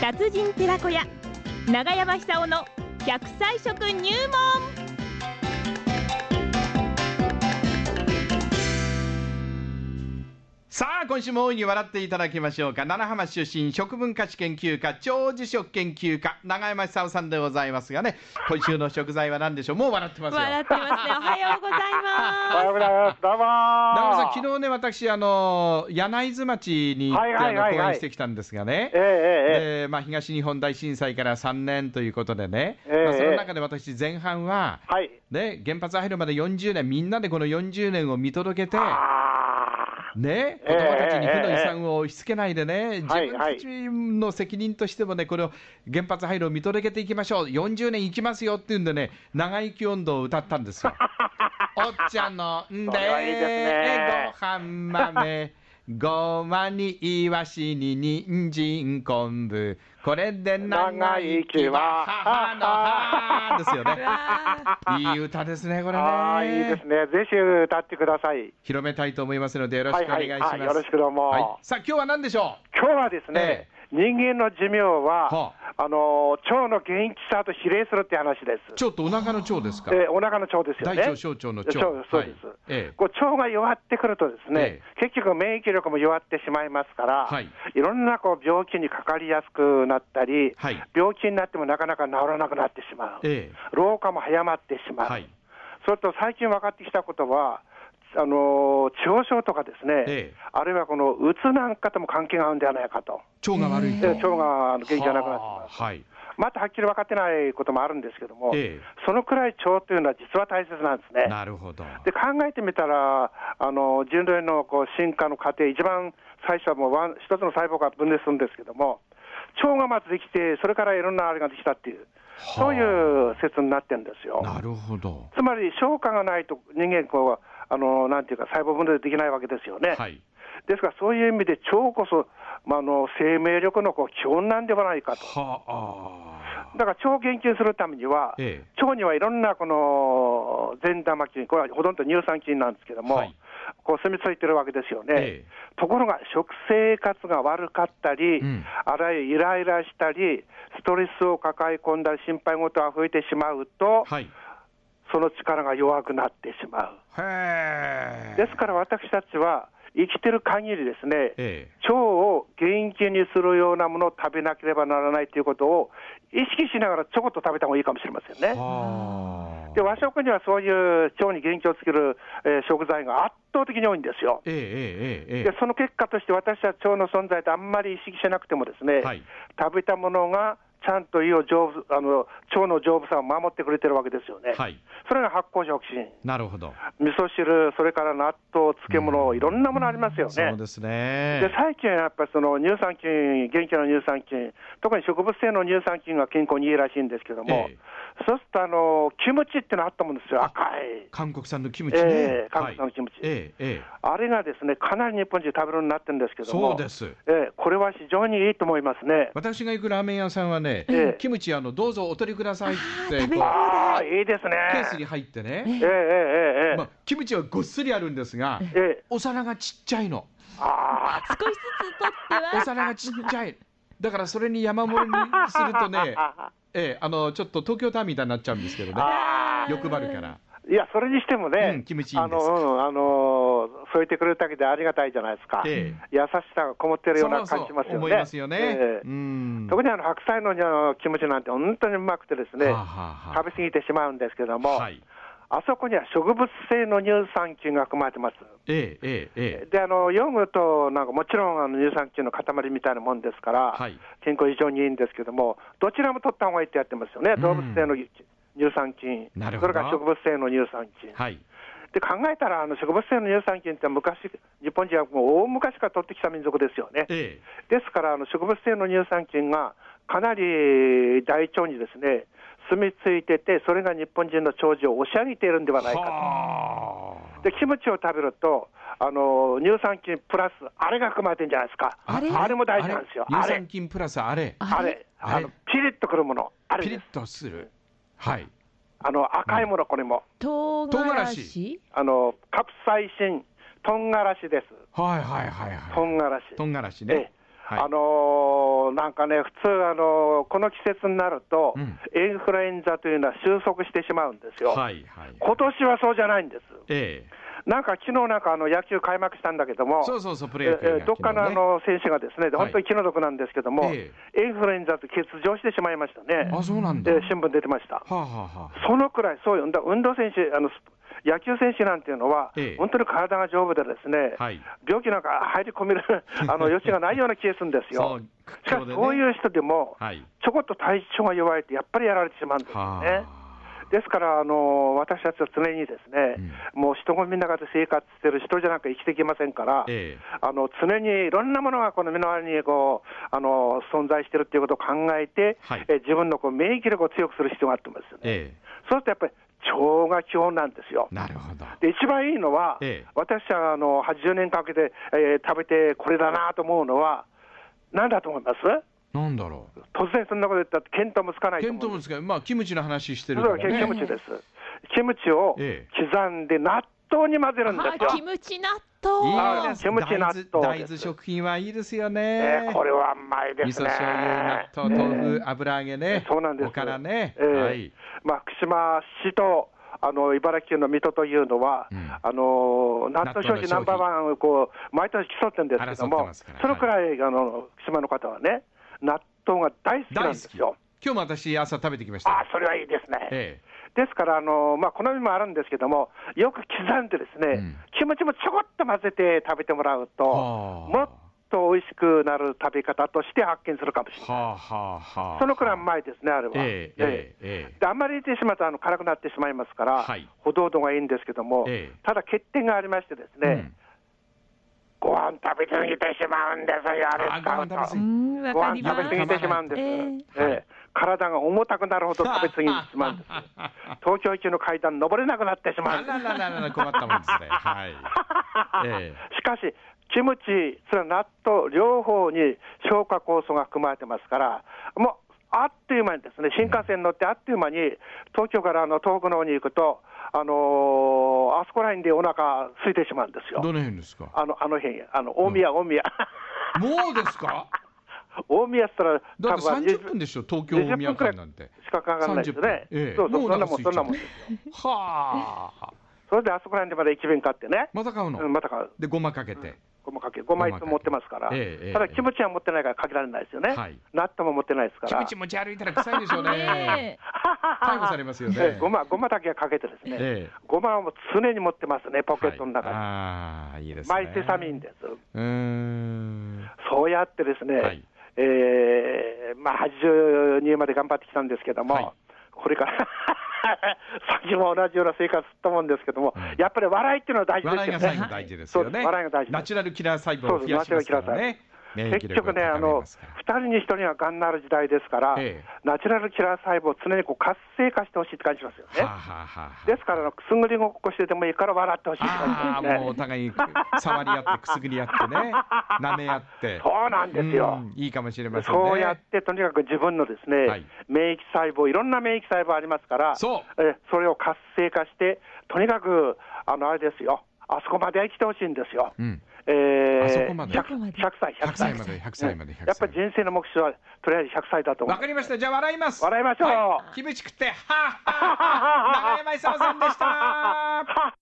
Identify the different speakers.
Speaker 1: 達人寺子屋長山久夫の100歳食入門
Speaker 2: さあ今週も大いに笑っていただきましょうか奈良浜出身食文化史研究家長寿食研究家永山久夫さんでございますがね今週の食材は何でしょうもう笑ってますよ
Speaker 1: 笑ってますねおはようござい
Speaker 3: おは
Speaker 1: ま
Speaker 3: ようございます。どうも
Speaker 2: 長山さん
Speaker 3: ー。
Speaker 2: 昨日ね私あの柳津町に行って、
Speaker 3: はいはいはいはい
Speaker 2: あの講演してきたんですがね、
Speaker 3: えええええ
Speaker 2: えーまあ、東日本大震災から3年ということでね、
Speaker 3: ええ
Speaker 2: まあ、その中で私前半は、
Speaker 3: えはい。
Speaker 2: ね、原発入るまで40年みんなでこの40年を見届けて、
Speaker 3: あ
Speaker 2: ね、
Speaker 3: え
Speaker 2: 子
Speaker 3: え
Speaker 2: 供たちに負の遺産を押し付けないでね、自
Speaker 3: はい
Speaker 2: 分たちの責任としてもね、これを原発廃炉を見届けていきましょう、40年いきますよっていうんでね、長生き温度を歌ったんです よ。お茶飲んで、
Speaker 3: それはいいですね
Speaker 2: ご飯豆、ごまにイワシに人参昆布、これで長生きは母の母ですよ
Speaker 1: す
Speaker 2: ね。
Speaker 1: わあ
Speaker 2: いい歌ですね、これ
Speaker 3: ーあー、いいで
Speaker 2: ね
Speaker 3: す。ね。ぜひ歌ってください。
Speaker 2: 広めたいと思いますので、よろしくお願いします。
Speaker 3: はいはいあよろしくどうも
Speaker 2: はいさあ、今日は何でしょ
Speaker 3: 今日はですね、
Speaker 2: え
Speaker 3: 人間の寿命
Speaker 2: は
Speaker 3: は、あのー腸の元気さと比例するって話です
Speaker 2: う。。ちょっとお腹の腸ですか。
Speaker 3: えーお腹の腸ですよ
Speaker 2: 大
Speaker 3: ね。
Speaker 2: 腸、小腸の腸。
Speaker 3: そうですそうです
Speaker 2: はいええ
Speaker 3: こう腸が弱ってくるとですね、
Speaker 2: え
Speaker 3: 結局免疫力も弱ってしまいますから、
Speaker 2: はい
Speaker 3: ろんなこう病気にかかりやすくなったり、
Speaker 2: はい
Speaker 3: 病気になってもなかなか治らなくなってしまう、
Speaker 2: ええ
Speaker 3: 老化も早まってしまう、
Speaker 2: はい
Speaker 3: それと最近分かってきたことは、あのー腸症とかですね、
Speaker 2: ええ
Speaker 3: あるいはこのうつなんかとも関係があるんではないかと、
Speaker 2: 腸が悪い
Speaker 3: で
Speaker 2: と。
Speaker 3: 腸があの元気がなくなってしま
Speaker 2: はあ。は
Speaker 3: う
Speaker 2: い。
Speaker 3: またはっきり分かってないこともあるんですけども、
Speaker 2: ええ
Speaker 3: そのくらい腸というのは実は大切なんですね。
Speaker 2: なるほど。
Speaker 3: で考えてみたら、あの人類のこう進化の過程、一番最初はもうワン一つの細胞が分裂するんですけども、腸がまずできて、それからいろんなあれができたっていう、
Speaker 2: はあ
Speaker 3: そういう説になってるんですよ。
Speaker 2: なるほど。
Speaker 3: つまり消化がないと人間こうあの、なんていうか、細胞分裂できないわけですよね。
Speaker 2: はい。
Speaker 3: ですから、そういう意味で腸こそ、まあ、あの生命力のこう基本なんではないかと。
Speaker 2: はあ。
Speaker 3: だから腸を研究するためには、
Speaker 2: ええ
Speaker 3: 腸にはいろんなこの善玉菌、これはほとんど乳酸菌なんですけども、
Speaker 2: はい
Speaker 3: こう住み着いてるわけですよね。
Speaker 2: ええ
Speaker 3: ところが、食生活が悪かったり、
Speaker 2: うん
Speaker 3: あらゆるイライラしたり、ストレスを抱え込んだり、心配事が増えてしまうと、
Speaker 2: はい。へ
Speaker 3: その力が弱くなってしまう。
Speaker 2: え。
Speaker 3: ですから私たちは、生きてる限りですね、
Speaker 2: ええ
Speaker 3: 腸を元気にするようなものを食べなければならないということを意識しながらちょこっと食べた方がいいかもしれませんね。
Speaker 2: はあ。
Speaker 3: で和食にはそういう腸に元気をつける、えー食材が圧倒的に多いんですよ。
Speaker 2: えええええええ
Speaker 3: でその結果として私は腸の存在ってあんまり意識しなくてもですね、
Speaker 2: はい
Speaker 3: 食べたものがちゃんと胃を丈夫あの腸の丈夫さを守ってくれてるわけですよね。
Speaker 2: はい
Speaker 3: それが発酵食品、
Speaker 2: え。なるほど。
Speaker 3: 味噌汁、それから納豆、漬物、いろんなものありますよね。
Speaker 2: そうですね
Speaker 3: で。最近はやっぱりその乳酸菌、元気な乳酸菌、特に植物性の乳酸菌が健康にいいらしいんですけども、
Speaker 2: ええ
Speaker 3: そうするとあのキムチってのあったもんですよ、赤い、
Speaker 2: 韓国産のキムチね。
Speaker 3: ええ韓国産のキムチ
Speaker 2: はいええええ。
Speaker 3: あれがですねかなり日本人食べるようになってるんですけども、
Speaker 2: そうです
Speaker 3: ええこれは非常にいいと思いますね。
Speaker 2: 私が行くラーメン屋さんはね、
Speaker 3: ええ
Speaker 2: キムチあのどうぞお取りくださいって
Speaker 1: 食べ
Speaker 2: こ
Speaker 1: 放題
Speaker 2: う
Speaker 3: ああ、いいですね。
Speaker 2: ケースに入ってね、
Speaker 3: ええええええ
Speaker 2: まあ、キムチはごっそりあるんですが、
Speaker 3: ええ
Speaker 2: お皿がちっちゃいの、
Speaker 3: あ
Speaker 1: 少しずつ取って
Speaker 2: お
Speaker 1: は
Speaker 2: 皿がちっちゃい、だからそれに山盛りにするとね、ええ、あのちょっと東京タワーみたいになっちゃうんですけどね、 欲張るから、
Speaker 3: ーいや、それにしてもね、
Speaker 2: うんキムチいいん
Speaker 3: あ
Speaker 2: です
Speaker 3: の、うんあの添えてくれるだけでありがたいじゃないですか。
Speaker 2: え
Speaker 3: 優しさがこもってるような
Speaker 2: そう
Speaker 3: 感
Speaker 2: そ
Speaker 3: じ
Speaker 2: う
Speaker 3: ますよね。
Speaker 2: 思いますよね。
Speaker 3: ええ
Speaker 2: うん
Speaker 3: 特にあの白菜のキムチなんて本当にうまくてですね、
Speaker 2: はあはあはあ
Speaker 3: 食べ過ぎてしまうんですけども、
Speaker 2: はい、
Speaker 3: あそこには植物性の乳酸菌が含まれてます。
Speaker 2: ええええええ
Speaker 3: で、あのヨーグルトなんかもちろんあの乳酸菌の塊みたいなもんですから、
Speaker 2: はい
Speaker 3: 健康非常にいいんですけども、どちらも取った方がいいってやってますよね、動物性の乳酸菌、
Speaker 2: なるほど
Speaker 3: それから植物性の乳酸菌。
Speaker 2: はい、
Speaker 3: で考えたら、あの植物性の乳酸菌って昔、日本人はもう大昔から取ってきた民族ですよね。
Speaker 2: ええ
Speaker 3: ですから、あの植物性の乳酸菌がかなり大腸にですね住み着いてて、それが日本人の長寿を押し上げているんではないか
Speaker 2: はあ
Speaker 3: と。で、キムチを食べると、あの乳酸菌プラス、あれが含まれてるんじゃないですか、
Speaker 1: あれ
Speaker 3: も大事なんですよ、
Speaker 2: あれ
Speaker 3: あ
Speaker 2: 乳
Speaker 3: れ
Speaker 2: 酸、菌プラスあれ、
Speaker 3: あれ、あ
Speaker 2: あれ
Speaker 3: のピリッとくるもの、あれ
Speaker 2: ピ
Speaker 3: で
Speaker 2: リッ
Speaker 3: す、
Speaker 2: とする、はい、
Speaker 3: あの赤いもの、これも、
Speaker 1: 唐辛子
Speaker 3: あのカプサイシン、トンガラシです、
Speaker 2: はいはいはいはい。
Speaker 3: トンガラシ。
Speaker 2: とんがらし
Speaker 3: ええ
Speaker 2: ね。はい
Speaker 3: あのーなんかね、普通、あのーこの季節になると、
Speaker 2: うん
Speaker 3: インフルエンザというのは収束してしまうんですよ、
Speaker 2: はいはい。
Speaker 3: 今年はそうじゃないんです、
Speaker 2: ええ
Speaker 3: なんか昨日なんかあの野球開幕したんだけども、
Speaker 2: そうそうそう、プロ
Speaker 3: え
Speaker 2: 野球が、
Speaker 3: えどっかのあ
Speaker 2: 昨日ね
Speaker 3: の選手がですね、で
Speaker 2: はい
Speaker 3: 本当に気の毒なんですけども、
Speaker 2: え
Speaker 3: インフルエンザと欠場してしまいましたね、
Speaker 2: あ、そうなんだ。
Speaker 3: で
Speaker 2: は
Speaker 3: 新聞出てました。
Speaker 2: あ、はあはあ、
Speaker 3: そのくらい、そうよ、だ運動選手、あのス野球選手なんていうのは、
Speaker 2: ええ
Speaker 3: 本当に体が丈夫で、ですね、
Speaker 2: はい
Speaker 3: 病気なんか入り 込めるあの余地がないような気がするんですよ。
Speaker 2: そう
Speaker 3: しか
Speaker 2: 屈強で
Speaker 3: し、
Speaker 2: ね
Speaker 3: こういう人でも、
Speaker 2: はい。
Speaker 3: ちょこっと体調が弱いと、やっぱりやられてしまうんですよ
Speaker 2: はあ、
Speaker 3: ね。ですから、あの私たちは常にですね、もう人混みの中で生活してる人じゃなく生きていけませんから、
Speaker 2: ええ
Speaker 3: あの常にいろんなものがこの身の回りにこうあの存在してるっていうことを考えて、
Speaker 2: はい
Speaker 3: え自分のこう免疫力を強くする必要があると思いますよね。
Speaker 2: え
Speaker 3: そうするとやっぱり腸が基本なんですよ
Speaker 2: え。なるほど。
Speaker 3: で一番いいのは、
Speaker 2: ええ
Speaker 3: 私はあの80年かけて、えー食べてこれだなと思うのは、なんだと思います
Speaker 2: なんだろう。
Speaker 3: 突然そんなこと言ったって、見当もつかないと
Speaker 2: 見
Speaker 3: 思
Speaker 2: 当
Speaker 3: う
Speaker 2: もつか、まあ、キムチの話してる
Speaker 3: そ
Speaker 2: か
Speaker 3: れ
Speaker 2: ら
Speaker 3: はキム
Speaker 2: ね。
Speaker 3: チです。キムチを
Speaker 2: え
Speaker 3: 刻んで納豆に混ぜるんで
Speaker 1: は
Speaker 3: すよ
Speaker 1: あ、。キムチ納
Speaker 2: い
Speaker 1: 豆。
Speaker 2: いです
Speaker 3: キムチ納豆です
Speaker 2: 大豆大豆食品はいいですよね。
Speaker 3: えーこれはうまいで
Speaker 2: 味
Speaker 3: す
Speaker 2: 噌
Speaker 3: ね。
Speaker 2: 醤油、納豆、
Speaker 3: え
Speaker 2: 豆
Speaker 3: ー
Speaker 2: 腐、油揚げね。
Speaker 3: そうなんです。
Speaker 2: おからね。
Speaker 3: えー
Speaker 2: はい。
Speaker 3: まあ、福島市とあの茨城県の水戸というのは、
Speaker 2: うん
Speaker 3: あの納豆消費ナンバーワンをこう毎年競ってるんですけど
Speaker 2: 争って
Speaker 3: も、
Speaker 2: ますから
Speaker 3: そのくらい、あの福島の方はね、納豆が大好きなん
Speaker 2: 大好
Speaker 3: です
Speaker 2: き。
Speaker 3: よ
Speaker 2: 今。日も私、朝食べてきまし
Speaker 3: ああ
Speaker 2: た。
Speaker 3: ー、それはいいですね。
Speaker 2: え
Speaker 3: ですから、あのまあ、好みもあるんですけども、よく刻んで、ですね、
Speaker 2: うん
Speaker 3: キムチもちょこっと混ぜて食べてもらうと、
Speaker 2: はあ
Speaker 3: もっと美味しくなる食べ方として発見するかもし
Speaker 2: え
Speaker 3: れない。
Speaker 2: はあ、はあ、はあ。
Speaker 3: そのくらい前ですね、あれは。
Speaker 2: ええ
Speaker 3: え
Speaker 2: ええ
Speaker 3: え
Speaker 2: ええ
Speaker 3: であんまり入れてしまうとあの辛くなってしまいますから、
Speaker 2: はい
Speaker 3: ほどほどがいいんですけども、
Speaker 2: ええ
Speaker 3: ただ欠点がありましてです
Speaker 2: う
Speaker 3: ね
Speaker 2: ん、
Speaker 3: ご飯食べ過ぎてしまうんですよ、あれ
Speaker 2: あ
Speaker 3: 使うと
Speaker 2: ご飯食べ過
Speaker 1: う
Speaker 2: ぎ
Speaker 1: ん、わ
Speaker 3: ご
Speaker 1: か
Speaker 3: 飯
Speaker 1: りま
Speaker 3: 食
Speaker 1: す
Speaker 3: べ。過ぎてしまうんです、
Speaker 1: ええ
Speaker 3: ええ体が重たくなるほど食べ過ぎてしまうんです東京中の階段登れなくなってしま
Speaker 2: あ
Speaker 3: うんで
Speaker 2: ららららら困ったもんですね。はい。 え
Speaker 3: すしかしキムチそれは納豆両方に消化酵素が含まれてますからもうあっという間にですね新幹線に乗ってあっという間に東京からあの東北の方に行くとあのーあそこら辺でお腹空いてしまうんです
Speaker 2: え
Speaker 3: よ
Speaker 2: どの辺ですか。
Speaker 3: あのあの辺あの大宮、大宮
Speaker 2: もうですか。
Speaker 3: 大宮っつったら
Speaker 2: だって三十
Speaker 3: 20
Speaker 2: 分でしょ東京大宮間なんて。
Speaker 3: しかかからないで
Speaker 2: 30
Speaker 3: すね
Speaker 2: 分、ええ
Speaker 3: そうそう
Speaker 2: もう
Speaker 3: そんなもんそんなもん
Speaker 2: お腹はあ。
Speaker 3: それであそこら辺でまだ駅弁買ってね、
Speaker 2: また買う
Speaker 3: うん
Speaker 2: の。
Speaker 3: またか
Speaker 2: でごまかけて。
Speaker 3: ごまかけ、5枚つ持ってますから、
Speaker 2: ええええ
Speaker 3: ただキムチは持ってないからかけられないですよね、
Speaker 2: はい
Speaker 3: 納豆も持ってないですか
Speaker 2: キ
Speaker 3: ら、
Speaker 2: ムチ 持ち歩いたら臭いでしょうね。
Speaker 1: ね
Speaker 2: 逮捕されますよ
Speaker 3: え
Speaker 2: ね
Speaker 3: え。ごまごまだけはかけてですね、
Speaker 2: ええ
Speaker 3: ごまはもう常に持ってますね、ポケットの中に、
Speaker 2: はいああいいですね。
Speaker 3: マイセサミンです、
Speaker 2: うーん。
Speaker 3: そうやってですね、
Speaker 2: はい
Speaker 3: ええまあ、82まで頑張ってきたんですけども、
Speaker 2: はい
Speaker 3: これから先も同じような生活と思うんですけども、
Speaker 2: うん
Speaker 3: やっぱり笑いっていうのは大事です
Speaker 2: 笑い
Speaker 3: よね。
Speaker 2: が最後大事ですよ
Speaker 3: そうで
Speaker 2: ね。
Speaker 3: す笑いが大事です
Speaker 2: ナチュラルキラー細胞を増やしますからね。免疫
Speaker 3: 結
Speaker 2: 力を
Speaker 3: 局ね、
Speaker 2: 高
Speaker 3: あ
Speaker 2: め
Speaker 3: の
Speaker 2: ますから
Speaker 3: 2人に1人ががんなる時代ですから、
Speaker 2: ええ
Speaker 3: ナチュラルキラー細胞を常にこう活性化してほしいって感じしますよ
Speaker 2: は
Speaker 3: ね。
Speaker 2: あはあはあはあ
Speaker 3: ですからあの、くすぐりごっこしててもいいから笑ってほしいって
Speaker 2: あ
Speaker 3: 感
Speaker 2: あ、
Speaker 3: じです
Speaker 2: もうお
Speaker 3: ね。
Speaker 2: 互い触り合って、くすぐり合って ね、舐め合って。
Speaker 3: そうなんですよ
Speaker 2: うん。いいかもしれませんね。
Speaker 3: そうやって、とにかく自分のですね、
Speaker 2: はい
Speaker 3: 免疫細胞、いろんな免疫細胞ありますから、
Speaker 2: そう
Speaker 3: えそれを活性化して、とにかく、あのあれですよ、あそこまでは生きてほしいんですよ。
Speaker 2: うん。
Speaker 3: えー
Speaker 2: あそこまで
Speaker 3: 100, 100歳、100
Speaker 2: 100歳まで、100歳
Speaker 3: 歳
Speaker 2: まで、100歳まで
Speaker 3: やっぱり人生の目標は、とりあえず100歳だと思う
Speaker 2: わかりました。じゃあ笑います。
Speaker 3: 笑いましょう
Speaker 2: はいキムチ食って、はっはっはっは長山功さんでした。